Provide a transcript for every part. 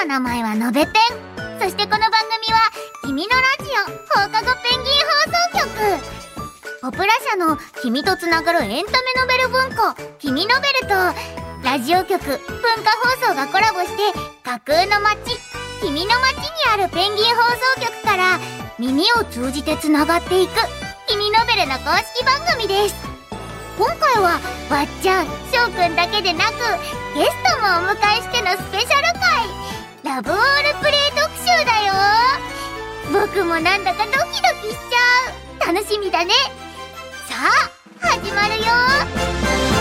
の名前はのべペンそしてこの番組は「君のラジオ放課後ペンギン放送局」ポプラ社の「君とつながるエンタメノベル文庫「君ノベル」とラジオ局文化放送がコラボして架空の街「君の街にあるペンギン放送局から耳を通じてつながっていく「君ノベル」の公式番組です今回はわっちゃんしょうくんだけでなくゲストもお迎えしてのスペシャル回ラブオールプレイ特集だよ僕もなんだかドキドキしちゃう楽しみだねさあ始まるよ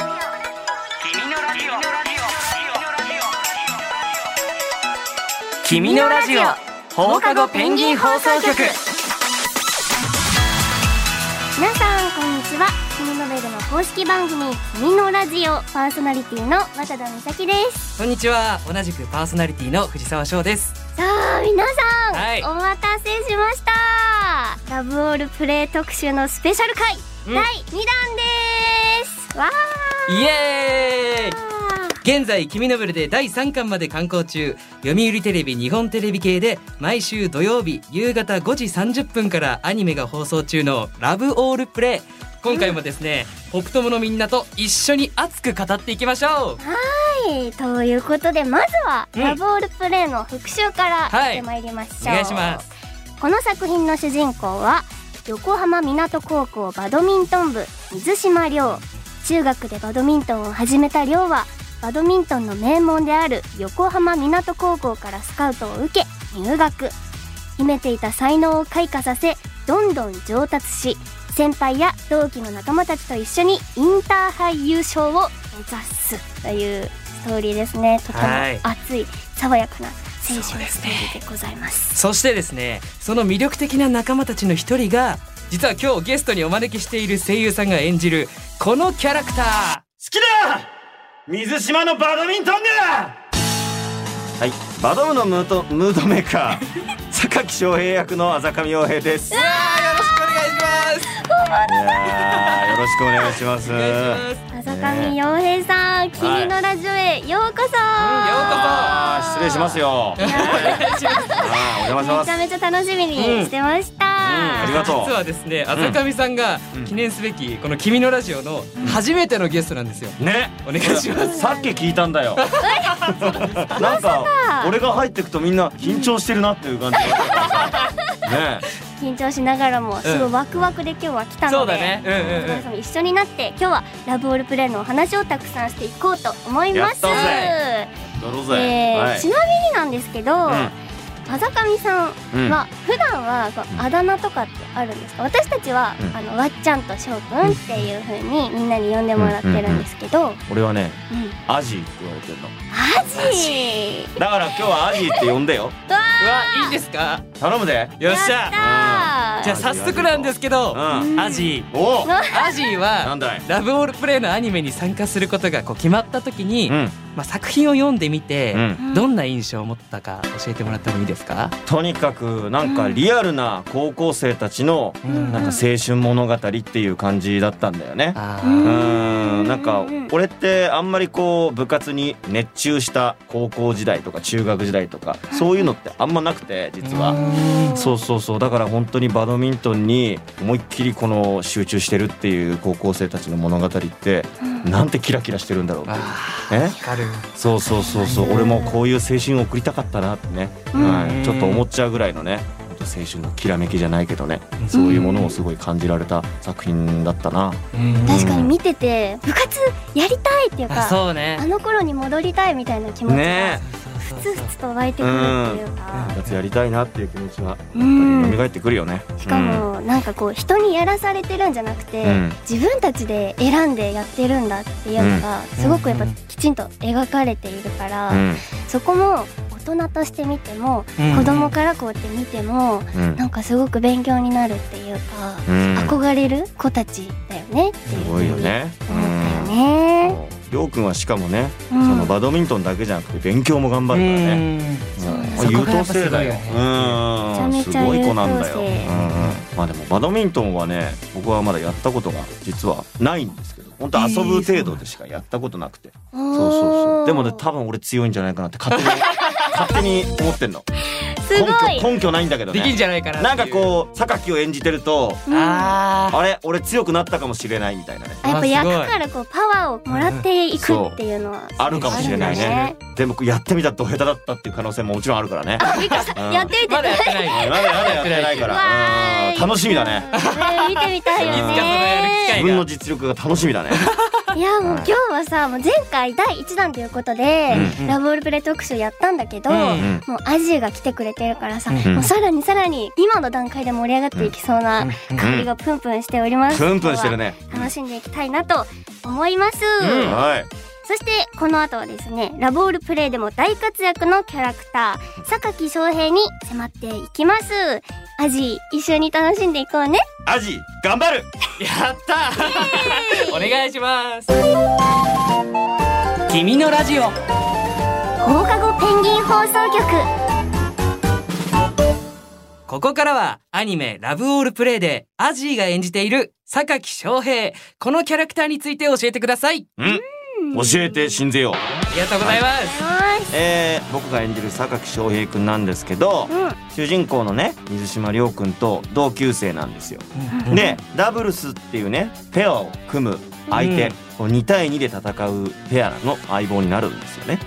君のラジオ君のラジオ放課後ペンギン放送局皆さんこんにちは君ノベルの公式番組「君のラジオ」パーソナリティの渡田美咲ですこんにちは同じくパーソナリティの藤沢翔ですさあ皆さん、はいお待たせしましたラブオールプレイ特集のスペシャル回、うん第2弾ですわイエーイあ現在「君のブル」で第3巻まで刊行中読売テレビ日本テレビ系で毎週土曜日夕方5時30分からアニメが放送中の「ラブオールプレイ」今回もですね、ポプトモのみんなと一緒に熱く語っていきましはょういということでまずは、うんラブオールプレイの復習からはやいってまいりましょう、お願いしますこの作品の主人公は横浜港高校バドミントン部水島亮中学でバドミントンを始めた亮はバドミントンの名門である横浜港高校からスカウトを受け入学秘めていた才能を開花させどんどん上達し先輩や同期の仲間たちと一緒にインターハイ優勝を目指すというストーリーですねとてもはい熱い爽やかな青春そうでスすトねーリーでございます。そしてですねその魅力的な仲間たちの一人が実は今日ゲストにお招きしている声優さんが演じるこのキャラクタ好きだ水島のバドミントンがはい、バドムのムートムードメーカー榊翔平役のあざかみ洋平です。いーあーよろしくお願いしますやーよろしくお願お願いしまいします。す浅上洋平さん、君のラジオへようこそ、あー失礼しますよ。あーお邪め魔しまちすゃ。めちゃ楽しみにしてました、ありがとう実はですねあざかみさんが記念すべきこの「君のラジオ」の初めてのゲストなんですよね、お願いしますさっき聞いたんだよ。なんか俺が入ってくとみんな緊張してるなっていう感じが。ね、緊張しながらもすごいワクワクで今日は来たそのうで、だねうんうんう皆んさんも一緒になって今日はラブオールプレイのお話をたくさんしていこうと思いますやったぜだろうぜ。えーはいち。なみになんですけど、んあざかみさんうんは普段はこうあだ名とかってあるんですか私たちは、うんあのわっちゃんとしょうくんっていう風にみんなに呼んでもらってるんですけど、うん俺はね、アジって言われてるの。アジだから今日はアジって呼んでよ。うわいいですか頼むで。よっしやっゃたーじゃあ早速なんですけどうんアジおお。アジはなんだい。ラブオールプレイのアニメに参加することがこう決まった時に、うん。まあ、作品を読んでみて、うん うんどんな印象を持ったか教えてもらってもいいですか、とにかくなんかリアルな高校生たちのんなんか青春物語っていう感じだったんだよね。あううーーんなんか俺ってあんまりこう部活に熱中した高校時代とか中学時代とかそういうのってあんまなくて実は。そうそうそうだから本当にバドミントンに思いっきりこの集中してるっていう高校生たちの物語ってなんてキラキラしてるんだろうっていうあねー光るそうそうそうそう俺もこういう青春を送りたかったなってね、うんはい、ちょっと思っちゃうぐらいのねほんと青春のきらめきじゃないけどねそういうものをすごい感じられた作品だったな、確かに見てて部活やりたいっていうあかあそうねの頃に戻りたいみたいな気持ちがねふつふつと湧いてくるっていうか、部活やりたいなっていう気持ちはやっぱりうん蘇ってくるよね、しかもなんかこう人にやらされてるんじゃなくて、うん自分たちで選んでやってるんだっていうのがすごくやっぱきちんと描かれているから、うんうんそこも大人として見ても、うん子供からこうやって見てもうんなんかすごく勉強になるっていうか、うん憧れる子たちだよねっていうすごいよね、思ったようね。んりょうくんはしかもね、うんそのバドミントンだけじゃなくて勉強も頑張るからね、そううん優等生だよそこうがんめちすゃめちゃごい子なんだ優よ、等うん生まあでもバドミントンはね僕はまだやったことが実はないんですけど本当遊ぶ程度でしかやったことなくて、そうそうそうそうでもねた多分俺強いんじゃないかなって勝 手に勝手に思ってんのすご根い拠根拠ないんだけどできんねじゃないかなっていなんかこう榊を演じてるとうんやああれ俺強くなったかもしれないみたいなねっぱあすごい役からこうパワーをもらっていくっていうのはあるかもしれないねでもやってみたらド下手だったっていう可能性ももちろんあるからねあるかもしれないうんやってみてまだやってないまだまだやってないかわらーういん楽しみだねうん見てみたいよいつかやるそれ ね自分の実力が楽しみだねいやもう今日はさもう前回第1弾ということで、うんラブオールプレ特集やったんだけど、うんもうアジーが来てくれてるからさ、うんもうさらにさらに今の段階で盛り上がっていきそうな香りがプンプンしております。プンプンしてるね今日は楽しんでいきたいなと思います。はいそしてこの後はですねラボールプレイでも大活躍のキャラクター榊翔平に迫っていきますアジ一緒に楽しんでいこうねアジ頑張るやったーお願いします君のラジオ放課後ペンギン放送局ここからはアニメラブオールプレイでアジーが演じている榊翔平このキャラクターについて教えてくださいうん教えて信ぜようありがとうございますえー、僕が演じる榊翔平くんなんですけど、主人公のね水島涼くんと同級生なんですよ。でダブルスっていうねペアを組む相手、こう2対2で戦うペアの相棒になるんですよね。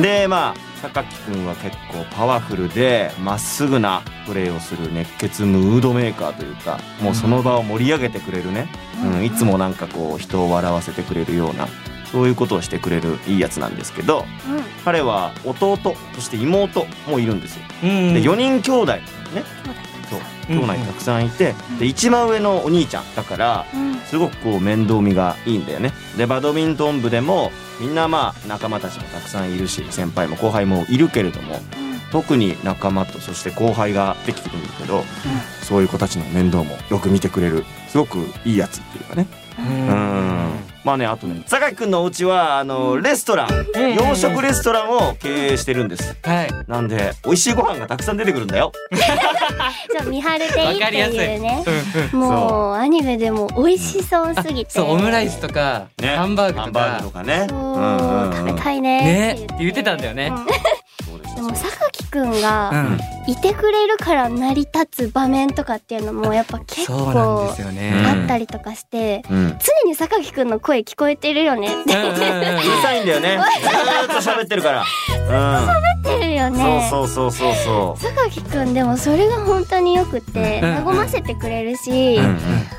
でまあ榊くんは結構パワフルでまっすぐなプレーをする熱血ムードメーカーというかもうその場を盛り上げてくれるね、うん、いつもなんかこう人を笑わせてくれるようなそういうことをしてくれるいいやつなんですけど。彼は弟そして妹もいるんですよ。うんで4人兄弟ねそううん兄弟たくさんいて、で一番上のお兄ちゃんだからすごくこう面倒見がいいんだよね。でバドミントン部でもみんなまあ仲間たちもたくさんいるし先輩も後輩もいるけれども特に仲間とそして後輩ができてくるんだけど、そういう子たちの面倒もよく見てくれるすごくいいやつっていうかね。うんうんまあねあとね酒井君のお家はあのレストラン洋食レストランを経営してるんです。はいなんで美味しいご飯がたくさん出てくるんだよ。じゃあ見張る店員っていうねうんもうアニメでも美味しそうすぎてそうオムライスとかハンバーグとハンバかーグとかね。そううんうんう食んべたいねねって言ってたんだよねうんそうでしでたそうもでした榊くんがうんいてくれるから成り立つ場面とかっていうのもやっぱ結そうなん構ですようんねあったりとかしてうん。う常に榊くんの声聞こえてるよねうんうんうんるさいんだよね。ずーっと喋ってるから。出てるようん。そうねそうそうそうそ榊くんでもそれが本当によくてうん和ませてくれるし、う。うん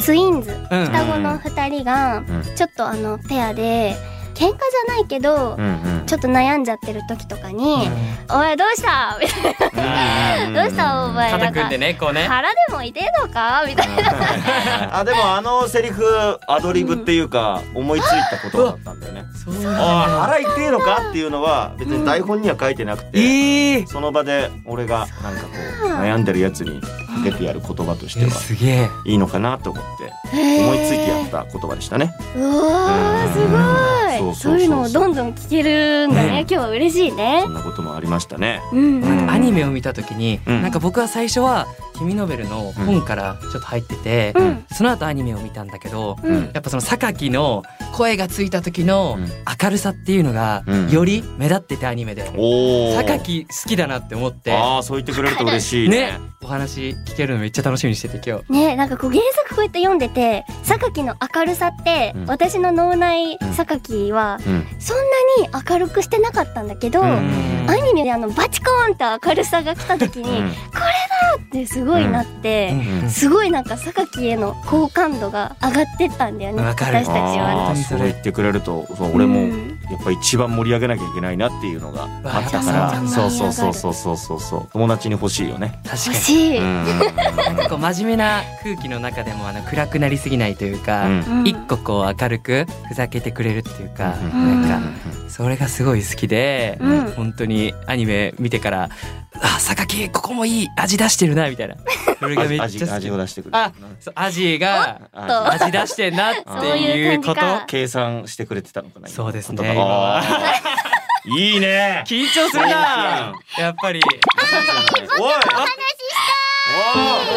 ツインズうん双子の2人がうんちょっとあのペアで喧嘩じゃないけどうんうんうん。ちょっと悩んじゃってる時とかに「おいどうした?」みたいうんな「どうしたお前」な肩ん組んかでねこうね腹でも痛えのかみたいな あでもあのセリフアドリブっていうか思いついたことだったんだよね。そうなんあだあ腹痛えのかっていうのは別に台本には書いてなくて。ええその場で俺がなんかこう悩んでるやつに出てやる言葉としてえはすげえいいのかなと思って思思いついてやった言葉でしたね。うわーすうごんいそうそそうそうそうういうのもどんどん聞けるんだねね今日は嬉しいねそんなこともありましたね。うんうんアニメを見た時に、うんなんか僕は最初は「君ノベル」の本からちょっと入ってて、うんその後アニメを見たんだけど、うんんやっぱその榊の声がついた時のうん明るさっていうのがうんより目立っててアニメで、おお。榊好きだなって思ってああそう言ってくれると嬉しいねね。お話聞けるのめっちゃ楽しみにしてて今日ねなんかこう原作こうやって読んでて榊の明るさって、うん私の脳内うん榊はうん。そんなに明るくしてなかったんだけど、うんアニメであのバチコーンって明るさが来た時に、これだってすごいなって、んすごいなんか榊への好感度が上がってったんだよねわ私かたるちあはあね。ねそう言ってくれるとそう俺もうやんっぱ一番盛り上げなきゃいけないなっていうのがあったからわそうそうそうそうそうそうそう友達に欲しいよね。確か欲にしい、ううんんこう真面目な空気の中でもあの暗くなりすぎないというか、うん一個こう明るくふざけてくれるっていうか、うんなんかそれがすごい好きで、うん本当にアニメ見てからあ榊ここもいい味出してるなみ たいなそれがめっち味ゃ好き味を出してくれあるそう味があ味味出してんなってそういいうう感こじとか計算してくれてたのかな今そうですね言葉あーいいね緊張するなやっぱりおい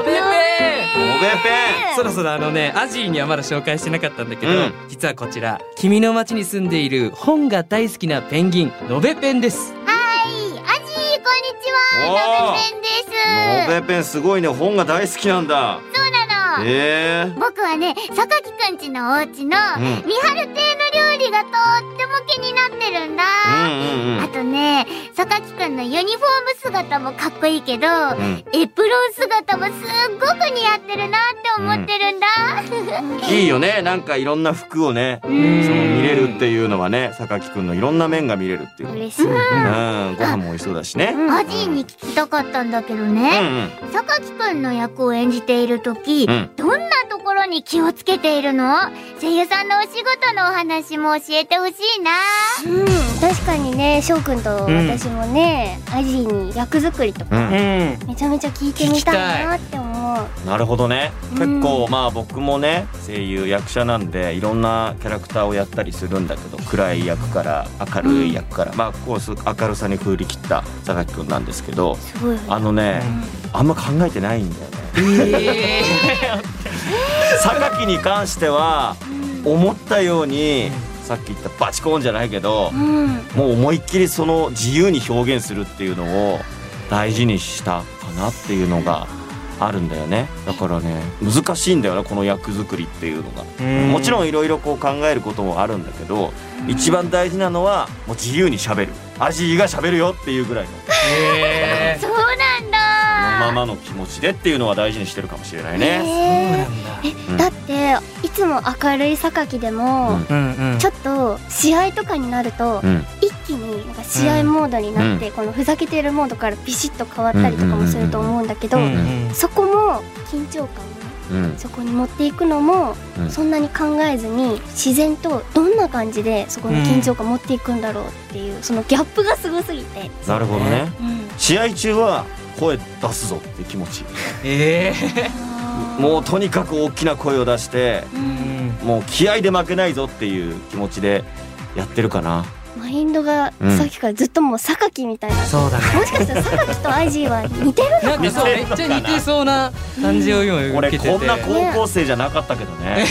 おべべおいおべねそろそろあのねアジーにはまだ紹介してなかったんだけど、うん実はこちら君の町に住んでいる本が大好きなペンギンのべペンですはい、アジー、こんにちは。ラブペンです。ペンおべペンすごいね本が大好きなんだそうなの。ええ僕はね、榊くんちのお家の、ん三春亭の料理がとっても気になってるんだ。うんうんうんあとね、榊くんのユニフォーム姿もかっこいいけど、うんエプロン姿もすっごく似合ってるなって思ってるんだ。いいよねなんかいろんな服をねその見れるっていうのはね榊くんのいろんな面が見れるっていううん嬉しい。ご飯も美味しそうだしねアジーに聞きたかったんだけどうんうね、ん榊くんの役を演じている時、うんどんなところに気をつけているの声優さんのお仕事のお話も教えてほしいな。うん、確かにね、翔くんと私もね、アジに役作りとかんうんめちゃめちゃ聞いてみたいなって思う。なるほどねう結ん構まあ僕もね声優役者なんでいろんなキャラクターをやったりするんだけど暗い役から明るい役から、まあこうす明るさに振り切った榊くんなんですけどすごい。あのね、あんま考えてないんだよねえ榊に関しては思ったようにさっき言ったバチコーンじゃないけどうん。もう思いっきりその自由に表現するっていうのを大事にしたかなっていうのがあるんだよねだからね難しいんだよなこの役作りっていうのが。ーもちろんいろいろこう考えることもあるんだけど、一番大事なのはもう自由にしゃべるアジーがしゃべるよっていうぐらいのえーそうなんだ。ままの気持ちでっていうのは大事にしてるかもしれないね。そうなえんーだだっていつも明るい榊でも、ううんんうんちょっと試合とかになると、うん、一気になんか試合モードになって、このふざけてるモードからビシッと変わったりとかもすると思うんだけど、うんうんそこも緊張感をうん、そこに持っていくのも、うんそんなに考えずに自然とどんな感じでそこの緊張感持っていくんだろうっていうそのギャップがすごすぎて、なるほどね。うん試合中は声出すぞって気持ち。えもうとにかく大きな声を出して、うーうんんもう気合で負けないぞっていう気持ちでやってるかな。マインドがうんさっきからずっともう榊みたいな、そうだねもしかしたら榊とアイジーは似てるのなんかそうめっちゃ似てそうな感じを今受俺けててこんな高校生じゃなかったけどね。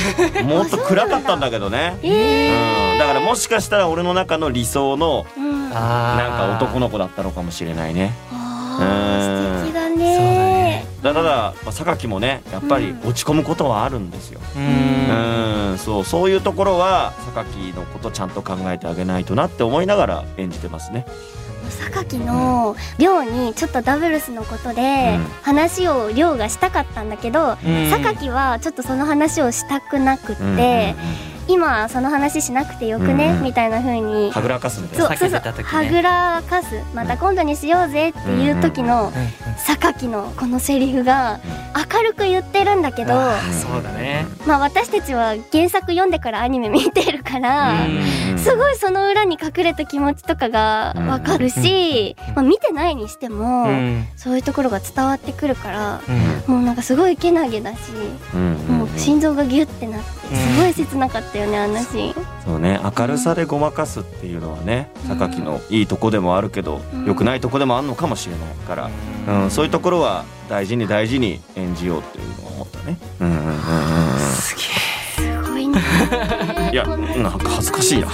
もっと暗かったんだけどね。えうん、だからもしかしたら俺の中の理想のーうん、あなんなんか男の子だったのかもしれないね。ーう素ん敵だそうだねねだただ、まあ、榊もねやっぱり落ち込むことはあるんですよ。ううんん、そうそういうところは榊のことちゃんと考えてあげないとなって思いながら演じてますね。榊の寮にちょっとダブルスのことでうん話を寮がしたかったんだけどうん榊はちょっとその話をしたくなくうんて今その話しなくてよくうねんみたいな風にはぐらかすみたいそな。うそう避そけうてた時ねはぐらかすまた今度にしようぜっていう時のうんうん榊のこのセリフが明るく言ってるんだけどあーそうだねまあ私たちは原作読んでからアニメ見てるからうんすごいその裏に隠れた気持ちとかがわかるし、まあ、見てないにしても、うんそういうところが伝わってくるからうんもうなんかすごいけなげだし、うんうんもう心臓がギュッてなってすごい切なかったよねあのシーン。そうね明るさでごまかすっていうのはね榊のいいとこでもあるけどうん良くないとこでもあるのかもしれないから、うん、そういうところは大事に大事に演じようっていうのを思ったね。うんうんうんうん すごいね いやなんか恥ずかし いな。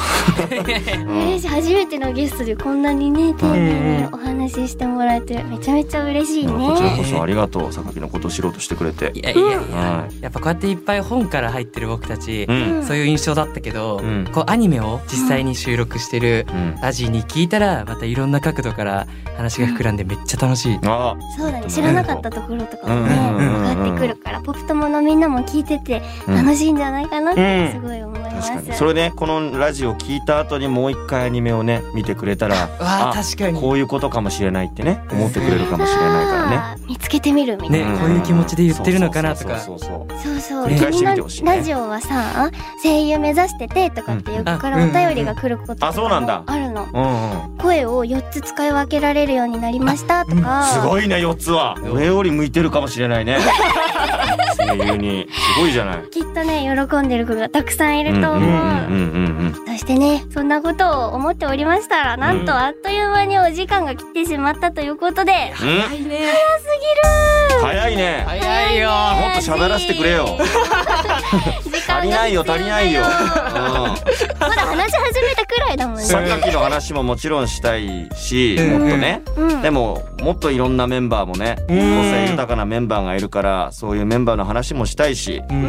嬉しい初めてのゲストでこんなにね丁寧にお話ししてもらえてめちゃめちゃ嬉しいね。こちらこそありがとう榊のことを知ろうとしてくれてい。やいやいはややっぱこうやっていっぱい本から入ってる僕たちうんうんそういう印象だったけどうんこうアニメを実際に収録してるうんアジに聞いたらまたいろんな角度から話が膨らんでめっちゃ楽しい。あそうだね知らなかったところとかもねうんうんうんうん分かってくるからポップ友のみんなも聞いてて楽しいんじゃないかなってすごい思います確かにそれねこのラジオ聞いた後にもう一回アニメをね見てくれたらわああ確かにこういうことかもしれないってね思ってくれるかもしれないからね見つけてみるみたいね。な、ねこういう気持ちで言ってるのかなとかそうそうそうそうそうそうそう、ね気にな見返してみてほしいねラジオはさ声優目指しててとかって横からうんお便りが来ることとかあそうなんだあるのうんうん声を4つ使い分けられるようになりましたとかすごいね四つは俺より向いてるかもしれないね声優にすごいじゃないきっとね喜んでる子がたくさんいると思う,、うんうんうんうんそしてねそんなことを思っておりましたらなんとあっという間にお時間が来てしまったということで、うんうん早いね早いね早いよもっと喋らせてく れよ時間が足りないよ足りないよ必要だうまだ話し始めたくらいだもんんねさっきの話ももちろんしたいしうんもっとねうんでももっといろんなメンバーもね個うん性豊かなメンバーがいるからそういうメンバーの話もしたいしうんう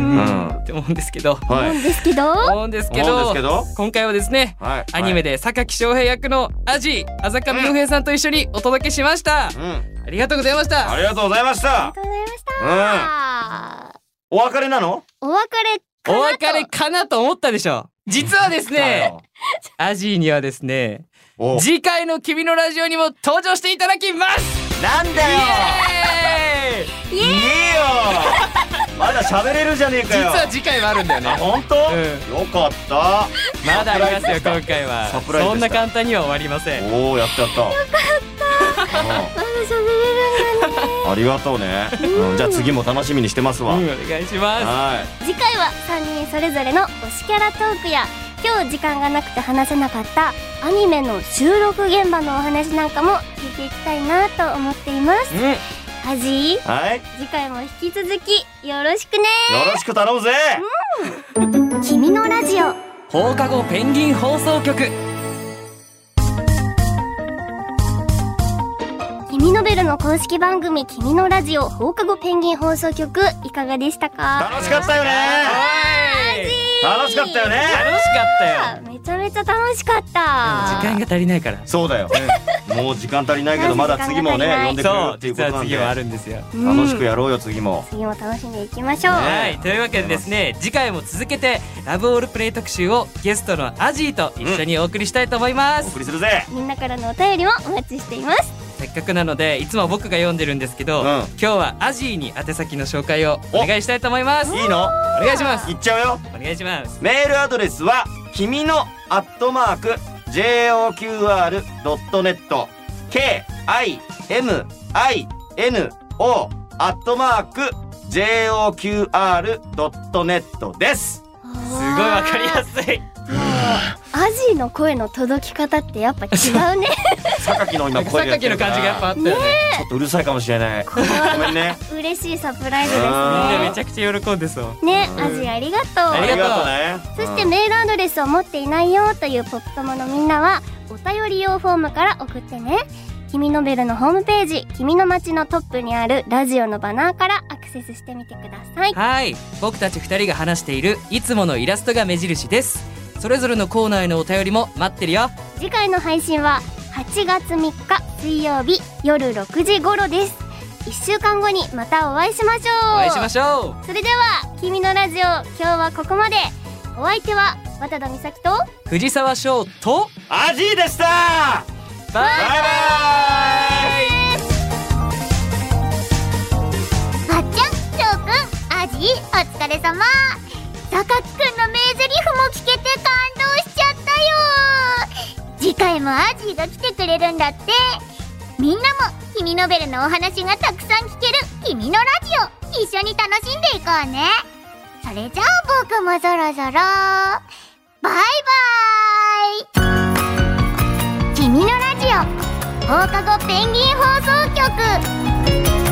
んって思うんですけど思はういんですけど思うんですけ思うんでどすけど今回はですねはいアニメでで榊翔平役のアジ浅上洋平さんと一緒にお届けしましたうんありがとうございましたありがとうございまあしりがたとうございましうんたお別れなのお別れお別れかなと思ったでしょ実はですねアジーにはですねお次回の君のラジオにも登場していただきますなんだよいいよまだ喋れるじゃねえか実よは次回はあるんだよあね本当、よかったまだありますよ今回はサプライズでしたそんな簡単には終わりませんおおやったやったよかった、まだ喋れるんだねうんありがとうね、うん、じゃあ次も楽しみにしてますうんわ、お願いしまはい次回は3人それぞれの推しキャラトークや今日時間がなくて話せなかったアニメの収録現場のお話なんかも聞いていきたいなと思っていますすうんアジーはいよ次回も引き続きよろしくねろしく頼むぜ、君のラジオ放課後ペンギン放送局君のベルの公式番組君のラジオ放課後ペンギン放送局いかがでしたか楽しかったよねはい楽しかったよね楽しかったよめちゃめちゃ楽しかった時間が足りないからそうだよ、もう時間足りないけどまだ次もねまだ時呼んでくれるそうっていうこ実とはなんで次はあるんですようん楽しくやろうよ次も次も楽しんでいきましょう、ねはいというわけでですね次回も続けてラブオールプレイ特集をゲストのアジーと一緒にお送りしたいと思いまおす、送りするぜみんなからのお便りもお待ちしていますせっかくなのでいつも僕が読んでるんですけど、うん今日はアジーに宛先の紹介をお願いしたいと思いますいいのお願いします行っちゃうよお願いしますメールアドレスは君のアットマーク JOQR.net KIMINO アットマーク JOQR.net ですすごいわかりやすい アジの声の届き方ってやっぱ違うね榊のな今んか声でやって榊るのから感じがやっぱあったよねちょっとうるさいかもし れないごめんね 嬉しいサプライズあみんなーめでちゃくちゃ喜んでそうすねねアジありがとうあありりがとうがとうねそしてメールアドレスを持っていないよというポップ友のみんなはお便り用フォームから送ってね君のベルのホームページ君の街のトップにあるラジオのバナーからアクセスしてみてくださいはい僕たち2人が話しているいつものイラストが目印ですそれぞれのコーナーへのお便りも待ってるよ次回の配信は8月3日水曜日夜6時頃です1週間後にまたお会いしましょうお会いしましょうそれでは君のラジオ今日はここまでお相手は渡田美咲と藤沢翔とアジーでしたババイバイわっちゃん翔くんアジお疲れ様榊くんの名台詞も聞けて感動しちゃったよ次回もアジが来てくれるんだってみんなも君のベルのお話がたくさん聞ける君のラジオ一緒に楽しんでいこうねそれじゃあ僕もそろそろバイバイ君のラジオ放課後ペンギン放送局